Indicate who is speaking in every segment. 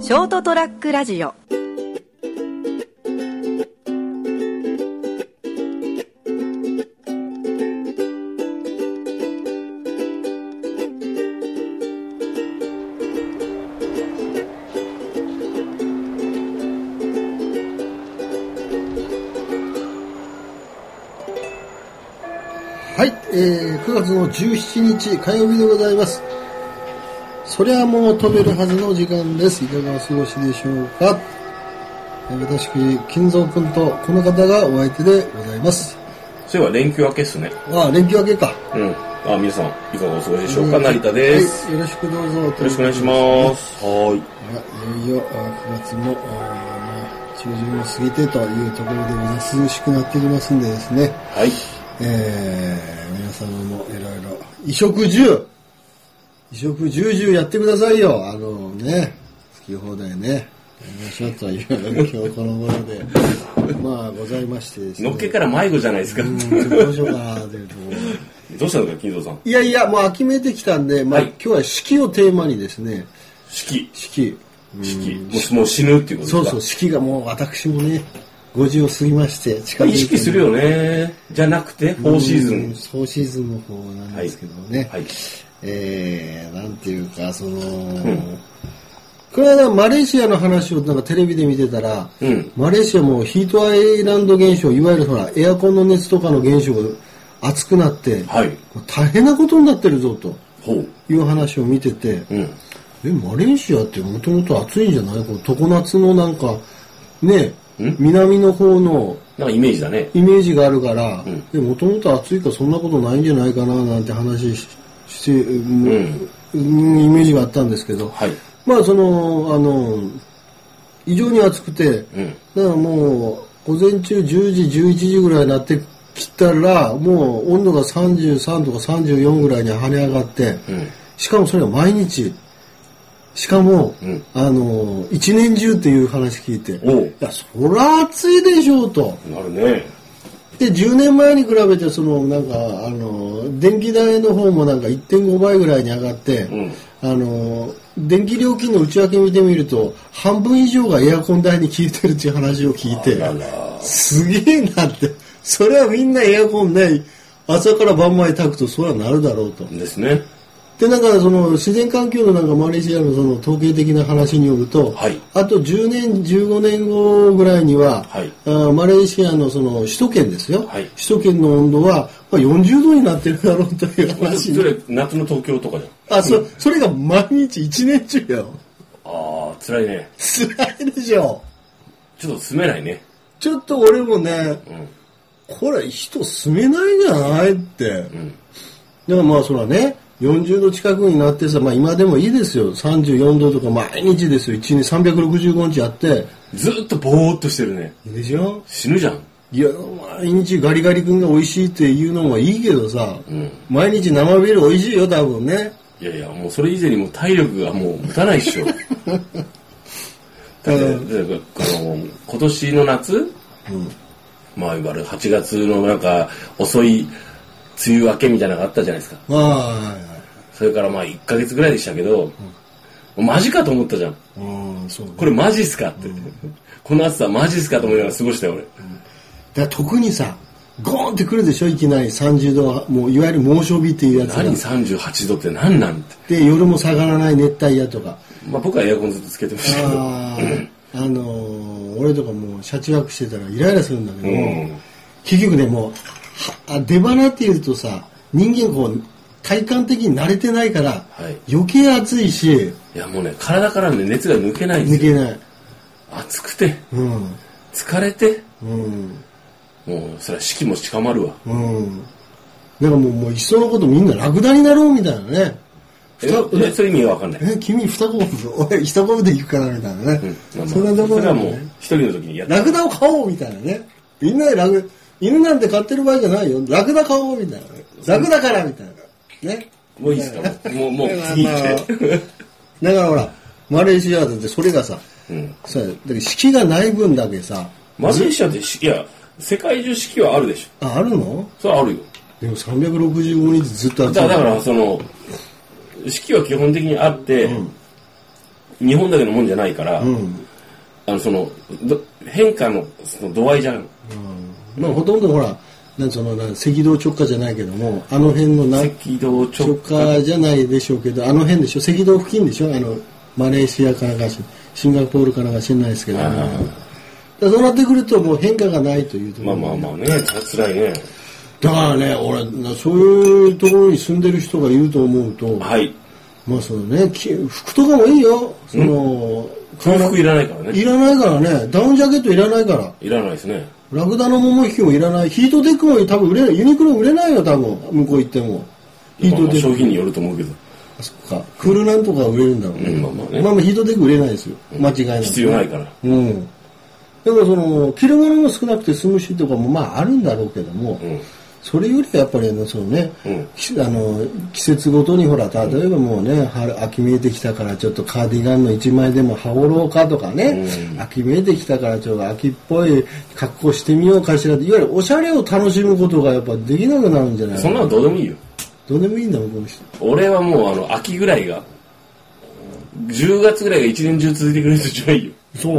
Speaker 1: ショートトラックラジオ
Speaker 2: はい、えー、9月の17日火曜日でございます。そりゃもう飛べるはずの時間です。いかがお過ごしでしょうか。えー私、金蔵君とこの方がお相手でございます。
Speaker 3: そういえば連休明けっすね。
Speaker 2: ああ、連休明けか。
Speaker 3: うん。あ、皆さん、いかがお過ごしでしょうか成田です。
Speaker 2: はい。よろしくどうぞ。よ
Speaker 3: よろしくお願いします。は
Speaker 2: す。いよいよあー9月もあーまあ中旬を過ぎてというところでございます涼しくなってきますんでですね、
Speaker 3: い。はい。
Speaker 2: えー、皆様もいろいろ、衣食住衣食住々やってくださいよ。あのね、好き放題ね。やりましょうという今日この頃で、 まあございましてですね。
Speaker 3: のっけから迷子じゃないですか。
Speaker 2: うんどうしようかなというところで
Speaker 3: どうしたのか、金蔵さん。
Speaker 2: いやいや、もう秋めいてきたんで、まあ、
Speaker 3: はい
Speaker 2: 今日は四季をテーマにですね、
Speaker 3: 四季。
Speaker 2: 四季。うん
Speaker 3: 四季。もうもう死ぬっていうこと
Speaker 2: そう
Speaker 3: です
Speaker 2: そ
Speaker 3: か
Speaker 2: う、四季がもう私もね、50を過ぎまして、近づい
Speaker 3: 意
Speaker 2: て
Speaker 3: 識するよね。じゃなくて、フォーシーズ
Speaker 2: うん
Speaker 3: ン。
Speaker 2: フォーシーズンの方なんですけどね。
Speaker 3: はい。
Speaker 2: えー、なんていうか、その、これはマレーシアの話をなんかテレビで見てたら、
Speaker 3: うん
Speaker 2: マレーシアもヒートアイランド現象、いわゆるほら、エアコンの熱とかの現象が熱くなって、
Speaker 3: はい。
Speaker 2: 大変なことになってるぞと
Speaker 3: ほう。
Speaker 2: いう話を見てて、
Speaker 3: うん。
Speaker 2: え、マレーシアってもともと暑いんじゃないこの常夏のなんか、ね、
Speaker 3: ん
Speaker 2: 南の方の
Speaker 3: なんかイメージだね。
Speaker 2: イメージがあるから
Speaker 3: うん、
Speaker 2: もともと暑いからそんなことないんじゃないかななんて話しして、うんうんイメージがあったんですけど、
Speaker 3: はい。
Speaker 2: まあその、あの、異常に暑くて、
Speaker 3: うん。
Speaker 2: だからもう午前中10時、11時ぐらいになってきたら、もう温度が33とか34ぐらいに跳ね上がって、
Speaker 3: うん。
Speaker 2: しかもそれは毎日、しかも、
Speaker 3: うん
Speaker 2: あの、一年中っていう話聞いて、い
Speaker 3: おう。
Speaker 2: や、そら暑いでしょうと。
Speaker 3: なるね。
Speaker 2: で10年前に比べてそのなんかあの電気代の方もなんか1.5倍ぐらいに上がって、
Speaker 3: うん。
Speaker 2: あの電気料金の内訳見てみると半分以上がエアコン代に効いてるっていう話を聞いて
Speaker 3: あら
Speaker 2: すげえなってそれはみんなエアコンね朝から晩まで炊くとそうはなるだろうと
Speaker 3: ですね。
Speaker 2: でなんかその自然環境のなんかマレーシアのその統計的な話によると、
Speaker 3: はい
Speaker 2: あと10年15年後ぐらいには、
Speaker 3: はい
Speaker 2: あーマレーシアのその首都圏ですよ、
Speaker 3: はい
Speaker 2: 首都圏の温度はまあ40度になってるだろうという話
Speaker 3: それ、夏の東京とかじゃん。
Speaker 2: あそそれが毎日一年中やよ
Speaker 3: あー、辛いね。
Speaker 2: 辛いでしょ
Speaker 3: ちょっと住めないね。
Speaker 2: ちょっと俺もね
Speaker 3: うん。
Speaker 2: これ人住めないんじゃないって
Speaker 3: うん。
Speaker 2: でもまあそらね40度近くになってさ、まあ、今でもいいですよ34度とか毎日ですよ1日365日あって
Speaker 3: ずーっとぼーっとしてるね。
Speaker 2: でしょ
Speaker 3: 死ぬじゃん。
Speaker 2: いや毎日ガリガリ君が美味しいって言うのはいいけどさ、
Speaker 3: うん。
Speaker 2: 毎日生ビール美味しいよ多分ね
Speaker 3: いやいや、もうそれ以前にもう体力がもう持たないっしょ。だって、だからあの今年の夏、まあ、いわゆる8月のなんか、遅い梅雨明けみたいなのがあったじゃないですか。
Speaker 2: まあはいはい
Speaker 3: それからまあ、1ヶ月ぐらいでしたけど、もうマジかと思ったじゃん。
Speaker 2: うんそうね
Speaker 3: これマジっすかって。この暑さマジっすかと思いながら過ごしたよ、俺。
Speaker 2: だから特にさゴーンってくるでしょいきなり30度はもういわゆる猛暑日っていうやつが
Speaker 3: 何38度って何なんって。
Speaker 2: で夜も下がらない熱帯夜とか
Speaker 3: まあ、僕はエアコンずっとつけてましたけど。
Speaker 2: あーあのー俺とかもう車中泊してたらイライラするんだけど、
Speaker 3: うん
Speaker 2: 結局ねもうはあ出花っていうとさ人間こう体感的に慣れてないから、
Speaker 3: はい
Speaker 2: 余計暑いし
Speaker 3: いや、もうね、体からね、熱が抜けないんで
Speaker 2: 抜
Speaker 3: すよ。
Speaker 2: けない
Speaker 3: 暑くて、
Speaker 2: うん
Speaker 3: 疲れて、
Speaker 2: うん
Speaker 3: もう、そりゃ士気も近まるわ。
Speaker 2: うんだからもうもういっそのことみんなラクダになろうみたいなね
Speaker 3: え、
Speaker 2: ふた
Speaker 3: えそれ意味がわかんない。
Speaker 2: え君二コブ俺一コブで行くからみたいなね、
Speaker 3: まあ
Speaker 2: そんなとこ
Speaker 3: それ
Speaker 2: ろ
Speaker 3: は
Speaker 2: で
Speaker 3: もう
Speaker 2: ね、
Speaker 3: 一人の時にやった。
Speaker 2: ラクダを買おうみたいなね。みんなでラク、犬なんて飼ってる場合じゃないよ。ラクダ買おうみたいなね。ラクダからみたいな。ね。
Speaker 3: もういいっすかもう、もう、
Speaker 2: だから
Speaker 3: 次行って。
Speaker 2: だからほら、マレーシアだってそれがさ、
Speaker 3: うん。
Speaker 2: そうだから式がない分だけさ、
Speaker 3: マレーシアってし、いや、世界中四季はあるでしょ。
Speaker 2: あ、あるの
Speaker 3: それはあるよ。
Speaker 2: でも365日ずっと
Speaker 3: だから、だか
Speaker 2: から
Speaker 3: その、四季は基本的にあって、日本だけのもんじゃないから、
Speaker 2: うん。
Speaker 3: あのそのど変化のその度合いじゃん
Speaker 2: まあ、ほとんどほら、なんその、なん赤道直下じゃないけども、あの辺のな
Speaker 3: 赤道直
Speaker 2: 直下じゃないでしょうけど、あの辺でしょ、赤道付近でしょ、あの、マレーシアからかし、シンガポールからか知らないですけど、
Speaker 3: あ
Speaker 2: だからそうなってくるともう変化がないというとこ
Speaker 3: まあ
Speaker 2: ろ。
Speaker 3: まあまあね辛いね
Speaker 2: だからね、俺、なそういうところに住んでる人がいると思うと、
Speaker 3: はい
Speaker 2: まあそのね、き服とかもいいよ、その、
Speaker 3: 空腹いらないからね
Speaker 2: いらないからね、ダウンジャケットいらないから。
Speaker 3: いらないですね
Speaker 2: ラクダの桃引きもいらない。ヒートテックも多分売れない。ユニクロ売れないよ、多分。向こう行っても。ヒー
Speaker 3: まあ
Speaker 2: ト
Speaker 3: まあ
Speaker 2: テック。
Speaker 3: 商品によると思うけど
Speaker 2: あそっか。クールなんとかは売れるんだろうね。
Speaker 3: うんまあまあね
Speaker 2: まあヒートテック売れないですよ。間違いなく。
Speaker 3: 必要ないから
Speaker 2: うん。だからその、着るものも少なくて済むしとかもまああるんだろうけども、
Speaker 3: うん
Speaker 2: それよりやっぱりあの、そのね、
Speaker 3: うん
Speaker 2: きあの、季節ごとにほら、例えばもうね、春、秋見えてきたからちょっとカーディガンの一枚でも羽織ろうかとかね、秋見えてきたからちょっと秋っぽい格好してみようかしらって、いわゆるおしゃれを楽しむことがやっぱできなくなるんじゃない
Speaker 3: そんなのどうでもいいよ
Speaker 2: どうでもいいんだもん、この人。
Speaker 3: 俺はもうあの秋ぐらいが10月ぐらいが一年中続いてくれると一番いいよ
Speaker 2: そう。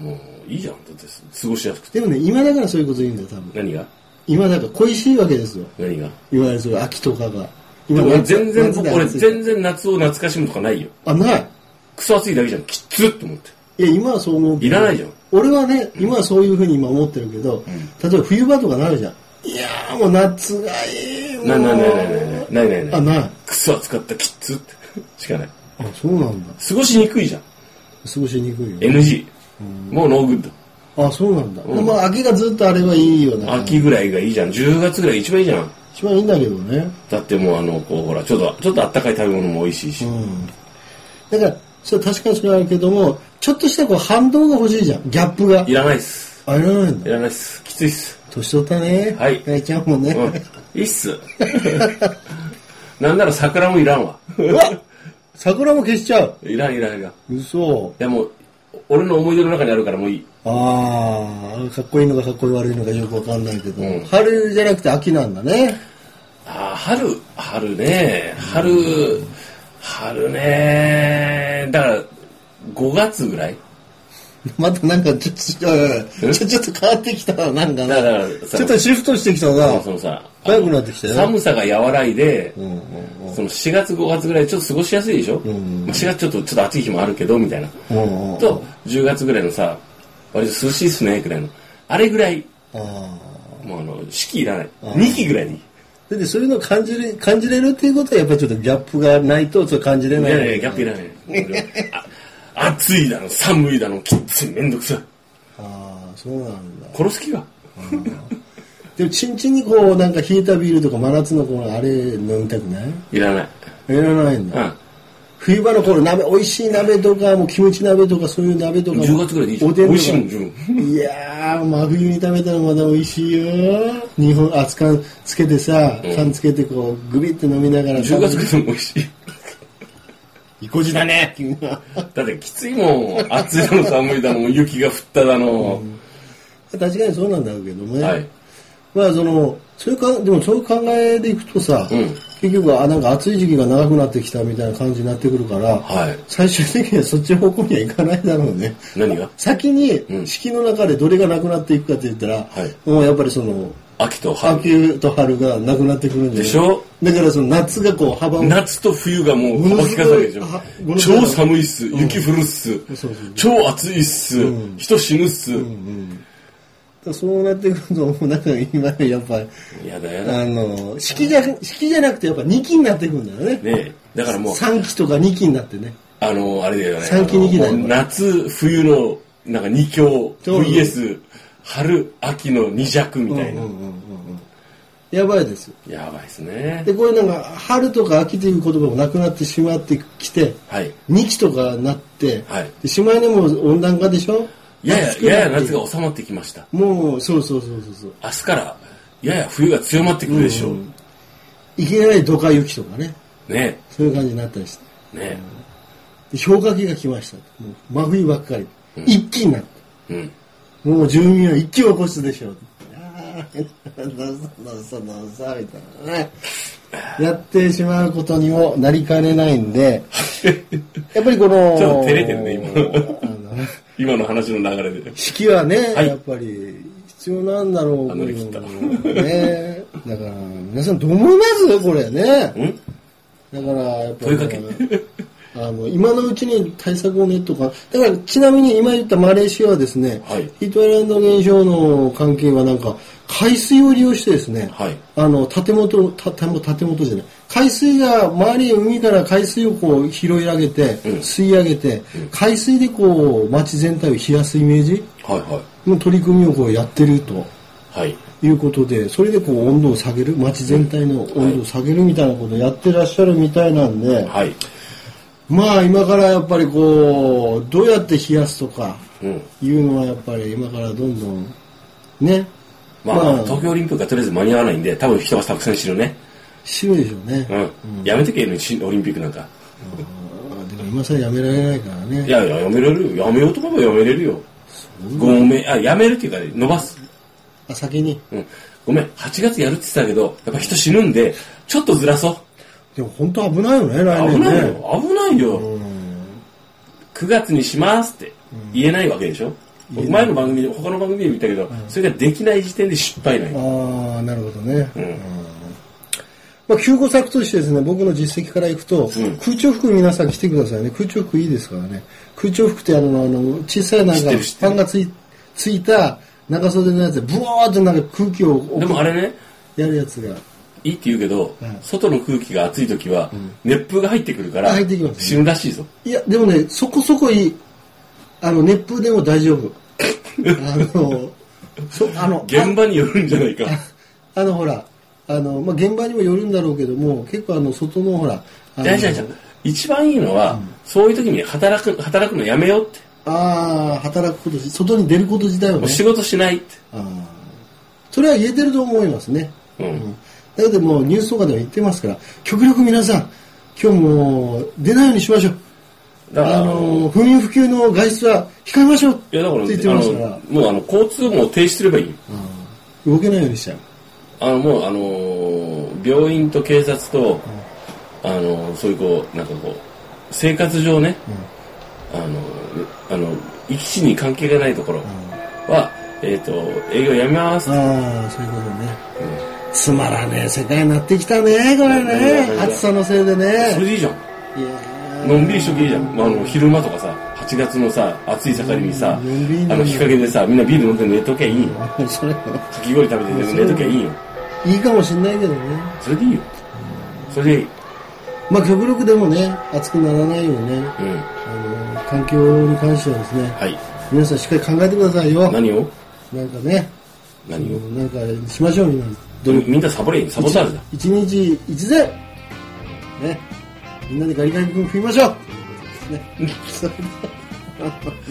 Speaker 3: もういいじゃんだって過ごしやすくて
Speaker 2: でもね、今だからそういうこと言うんだよ、多分。
Speaker 3: 何が
Speaker 2: 今だから恋しいわけですよ。
Speaker 3: 何が
Speaker 2: いわゆるそれ秋とかが。今
Speaker 3: 俺全然
Speaker 2: 夏だ
Speaker 3: 俺
Speaker 2: 夏だ
Speaker 3: 全然夏を懐かしむとかないよ
Speaker 2: あ、ない。
Speaker 3: クソ暑いだけじゃんきっつって思って
Speaker 2: いや、今はそう思うけど
Speaker 3: いらないじゃん。
Speaker 2: 俺はね、今はそういうふうに今思ってるけど、例えば冬場とかなるじゃん。いやーもう夏がいい。もう
Speaker 3: ないないないないないないない
Speaker 2: あ、
Speaker 3: ない
Speaker 2: ない。あ、
Speaker 3: クソ暑かったきっつってしかない
Speaker 2: そうなんだ。
Speaker 3: 過ごしにくいじゃん
Speaker 2: 過ごしにくいよ。
Speaker 3: NG もうノーグッド
Speaker 2: あ、そうなんだ。まあ、秋がずっとあればいいよな。
Speaker 3: 秋ぐらいがいいじゃん10月ぐらいが一番いいじゃん
Speaker 2: 一番いいんだけどね。
Speaker 3: だってもうあのこうほらちょっとちょっとあったかい食べ物も美味しいし、
Speaker 2: うん。だから、それは確かにそれはあるけども、ちょっとしたこう反動が欲しいじゃん。ギャップが
Speaker 3: い。らないっす
Speaker 2: あ、いらないん
Speaker 3: い
Speaker 2: だ。
Speaker 3: らないっすきついっす
Speaker 2: 年取ったね。
Speaker 3: はい
Speaker 2: 泣いちゃうもんね。
Speaker 3: うんいいっすなんなら桜もいらんわ
Speaker 2: うわ桜も消しちゃう。
Speaker 3: いらんいらんいらんい
Speaker 2: 嘘。
Speaker 3: やもう俺の思い出の中にあるからもういい
Speaker 2: ああ、かっこいいのかかっこ悪いのかよくわかんないけど、
Speaker 3: うん
Speaker 2: 春じゃなくて秋なんだね。
Speaker 3: あー春、春ね、春、春ね、だから、5月ぐらい
Speaker 2: またなんかちょ、ちょ、
Speaker 3: え
Speaker 2: ちょ、ちょっと変わってきたな、なんか
Speaker 3: だか
Speaker 2: な。
Speaker 3: らさ
Speaker 2: ちょっとシフトしてきたな。
Speaker 3: そのさ、
Speaker 2: 早くなってきたよ
Speaker 3: 寒さが和らいで、
Speaker 2: うんうん
Speaker 3: その4月4月ぐらいちょっと過ごしやすいでしょ、
Speaker 2: ん
Speaker 3: まあ4月ちょっとちょっと暑い日もあるけどみたいな、
Speaker 2: うんうん。
Speaker 3: と10月ぐらいのさ割と涼しいっすねぐらいのあれぐらい
Speaker 2: ああ。
Speaker 3: もうあの四季いらない2期ぐらいでいい
Speaker 2: だってそういうのを感じれ、感じれるっていうことはやっぱりちょっとギャップがないと、ちょっと感じれ
Speaker 3: い
Speaker 2: ない。
Speaker 3: やいやギャップいらないあ暑いだの寒いだのきっついめんどくさい
Speaker 2: ああ、そうなんだ。
Speaker 3: 殺す気が
Speaker 2: でも、ちんちんにこう、なんか冷えたビールとか真夏のこのあれ飲みたくない
Speaker 3: いらない
Speaker 2: いらないん
Speaker 3: う
Speaker 2: だ。
Speaker 3: ん
Speaker 2: 冬場の頃鍋、美味しい鍋とか、もうキムチ鍋とか、そういう鍋とかも。
Speaker 3: 10月ぐらいでいいじゃん
Speaker 2: おでんと
Speaker 3: 美
Speaker 2: か
Speaker 3: 味しいもん十分
Speaker 2: いやー、真冬に食べたらまだ美味しいよ。日本、熱燗つけてさ、缶つけてこう、グビって飲みながら。
Speaker 3: 10月ぐらいでも美味しい
Speaker 2: いこじだね。君は
Speaker 3: だってきついもん暑いだの寒いだの雪が降っただの、
Speaker 2: 確かにそうなんだろうけどね。
Speaker 3: はい
Speaker 2: まあ、その、そういうか、でもそういう考えでいくとさ、
Speaker 3: うん
Speaker 2: 結局、あ、なんか暑い時期が長くなってきたみたいな感じになってくるから、
Speaker 3: はい
Speaker 2: 最終的にはそっち方向にはいかないだろうね。
Speaker 3: 何が
Speaker 2: 先
Speaker 3: う
Speaker 2: に、
Speaker 3: ん
Speaker 2: 式の中でどれがなくなっていくかって言ったら、
Speaker 3: い
Speaker 2: もうやっぱりその、
Speaker 3: 秋と春
Speaker 2: 秋と春がなくなってくるんじゃない
Speaker 3: でしょ
Speaker 2: だからその夏がこう幅を。
Speaker 3: 夏と冬がもう幅利かされるでしょ
Speaker 2: ものすごいあ
Speaker 3: 超寒いっす雪降るっす、
Speaker 2: そうそう
Speaker 3: 超暑いっす、人死ぬっす、
Speaker 2: そうなってくると、もうなんか今やっぱり、
Speaker 3: やだや
Speaker 2: あ
Speaker 3: だね
Speaker 2: の、式じゃ、式じゃなくてやっぱ2期になってくるんだよね。
Speaker 3: えだからもう
Speaker 2: 3期とか2期になってね。
Speaker 3: あのあれだよね
Speaker 2: 三期二期だよ
Speaker 3: あのもう夏冬のなんか二強
Speaker 2: そう
Speaker 3: VS 春秋の二弱みたいな、
Speaker 2: やばいですよ。
Speaker 3: やばいっすね
Speaker 2: で、これなんか、春とか秋という言葉もなくなってしまってきて、
Speaker 3: はい
Speaker 2: 2期とかなって、
Speaker 3: はい
Speaker 2: でしまいにもう温暖化でしょ
Speaker 3: や
Speaker 2: 暑く
Speaker 3: や
Speaker 2: なっ
Speaker 3: や
Speaker 2: て
Speaker 3: や夏が収まってきました
Speaker 2: もう、そうそうそうそうそう。
Speaker 3: 明日からやや冬が強まってくるでしょう、
Speaker 2: いきなりドカ雪とかね、
Speaker 3: ね
Speaker 2: そういう感じになったりして。
Speaker 3: えね
Speaker 2: で氷河期が来ましたと。もう真冬ばっかり。一気になった。
Speaker 3: えうん
Speaker 2: もう住民は一気を起こすでしょう。ああ、どうぞどうぞど うぞみたいなね。やってしまうことにもなりかねないんで、やっぱりこの、
Speaker 3: ちょっと照れてるね今
Speaker 2: あの
Speaker 3: 今の話の流れで。
Speaker 2: 式はね、
Speaker 3: はい
Speaker 2: やっぱり必要なんだろう
Speaker 3: あ乗り切った
Speaker 2: ね。だから、皆さんどう思いますこれね。
Speaker 3: ん
Speaker 2: だから、やっぱ
Speaker 3: 問いかけ
Speaker 2: り、あの、今のうちに対策をねとか、だからちなみに今言ったマレーシアはですね、
Speaker 3: はい
Speaker 2: ヒートアイランド現象の関係はなんか、海水を利用してですね、
Speaker 3: はい
Speaker 2: あの、建物、建物、建物じゃない、海水が、周り海から海水をこう拾い上げて、
Speaker 3: うん
Speaker 2: 吸い上げて、海水でこう、街全体を冷やすイメージ
Speaker 3: はいは
Speaker 2: の取り組みをこうやってると。
Speaker 3: い。はい。
Speaker 2: いうことで、それでこう温度を下げる、街全体の温度を下げるみたいなことをやってらっしゃるみたいなんで、
Speaker 3: はい。
Speaker 2: まあ今からやっぱりこう、どうやって冷やすとか
Speaker 3: うん。
Speaker 2: いうのはやっぱり今からどんどん、ね、
Speaker 3: まあ、東京オリンピックはとりあえず間に合わないんで、多分人がたくさん知るね。
Speaker 2: 知るでしょうね。
Speaker 3: うん。やめてけえのに、しオリンピックなんか。
Speaker 2: あでも今更やめられないからね。
Speaker 3: いやいや、やめられるよ。やめようとかもやめれるよ。ごめん、あ、やめるっていうか、伸ばす。
Speaker 2: あ先に。
Speaker 3: うん。ごめん、8月やるって言ってたけど、やっぱ人死ぬんで、ちょっとずらそう。
Speaker 2: でも本当危ないよね、来
Speaker 3: 危
Speaker 2: 年ね。
Speaker 3: ないよ、危ないよ。
Speaker 2: うん
Speaker 3: 9月にしますって言えないわけでしょ、僕前の番組で他の番組でも言ったけど、それができない時点で失敗ない、
Speaker 2: ああ、なるほどね。
Speaker 3: ん
Speaker 2: うんまあ、救護策としてですね、僕の実績からいくと、
Speaker 3: うん
Speaker 2: 空調服皆さん来てくださいね。空調服いいですからね。空調服ってあの、あの小さいなん
Speaker 3: 知っ
Speaker 2: か
Speaker 3: てる知っ、て
Speaker 2: パ
Speaker 3: る
Speaker 2: ンがついついた長袖のやつで、ブワーってなんか空気を送
Speaker 3: で
Speaker 2: っ
Speaker 3: もあれね
Speaker 2: やるやつが。
Speaker 3: いいって言うけど、外の空気が暑い時は熱風が入ってくるから
Speaker 2: あ入ってきますね
Speaker 3: 死ぬらしいぞ
Speaker 2: いや、でもね、そこそこいい。あの、熱風でも大丈 夫。あの、そあの、
Speaker 3: 現場によるんじゃないか
Speaker 2: あのほら、あの、まあ、現場にもよるんだろうけども、結構あの、外のほら、あの
Speaker 3: 大事大事一番いいのは、そういう時に働く働くのやめようって、
Speaker 2: ああ、働くこと、外に出ること自体は
Speaker 3: も
Speaker 2: ね
Speaker 3: う。仕事しないって
Speaker 2: あーそれは言えてると思いますね。
Speaker 3: うん
Speaker 2: だけどもうニュースとかでも言ってますから、極力皆さん、今日も出ないようにしましょう。
Speaker 3: だから
Speaker 2: あの、不眠不休の外出は控えましょうっ
Speaker 3: い
Speaker 2: て
Speaker 3: やだから
Speaker 2: 言ってますから、
Speaker 3: あのもうあの交通網を停止すればいい
Speaker 2: 動けないようにしちゃう。
Speaker 3: あのもうあのー病院と警察と、あのーそういうこうなんかこう生活上ね、あのーあの行き地に関係がないところは、えっ、と営業やめます。
Speaker 2: ああ、そういうことね。つまらねえ世界になってきたね、これね。暑さのせいでね
Speaker 3: そ。れでいいじゃん。
Speaker 2: いや
Speaker 3: のんびりしときゃいいじゃん。まあ、あの昼間とかさ、8月のさ暑い盛りにさ、
Speaker 2: うんのんびりね
Speaker 3: あの日陰でさみんなビール飲んで寝ときゃいいよ。
Speaker 2: ーそれは
Speaker 3: かき氷食べて寝ときゃいいよ。
Speaker 2: いいかもしんないけどね。
Speaker 3: それでいいよ。それでいい。
Speaker 2: まあ極力でもね、暑くならないようにね、
Speaker 3: うん。
Speaker 2: あの、環境に関してはですね、
Speaker 3: はい。
Speaker 2: 皆さんしっかり考えてくださいよ。
Speaker 3: 何を
Speaker 2: なんかね、う
Speaker 3: 何を
Speaker 2: んなんかしましょう、みんな。
Speaker 3: どれみんなサボれんサボタージュだ。
Speaker 2: 一日一善ね、みんなでガリガリ君食いましょう ということですね。そ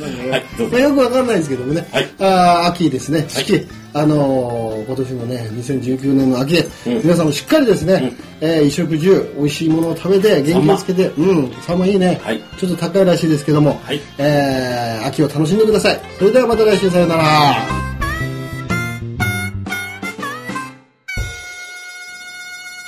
Speaker 2: れで
Speaker 3: はいどう
Speaker 2: ま
Speaker 3: ぞ
Speaker 2: あよくわかんないですけどもね、
Speaker 3: はい
Speaker 2: あー秋ですね、四季、あのー今年のね、2019年の秋、
Speaker 3: ん
Speaker 2: 皆さんもしっかりですね、えー衣食住、美味しいものを食べて、元気をつけて、うん、サンマいいね、
Speaker 3: はい
Speaker 2: ちょっと高いらしいですけども、
Speaker 3: はい
Speaker 2: えー秋を楽しんでください。それではまた来週、さようなら。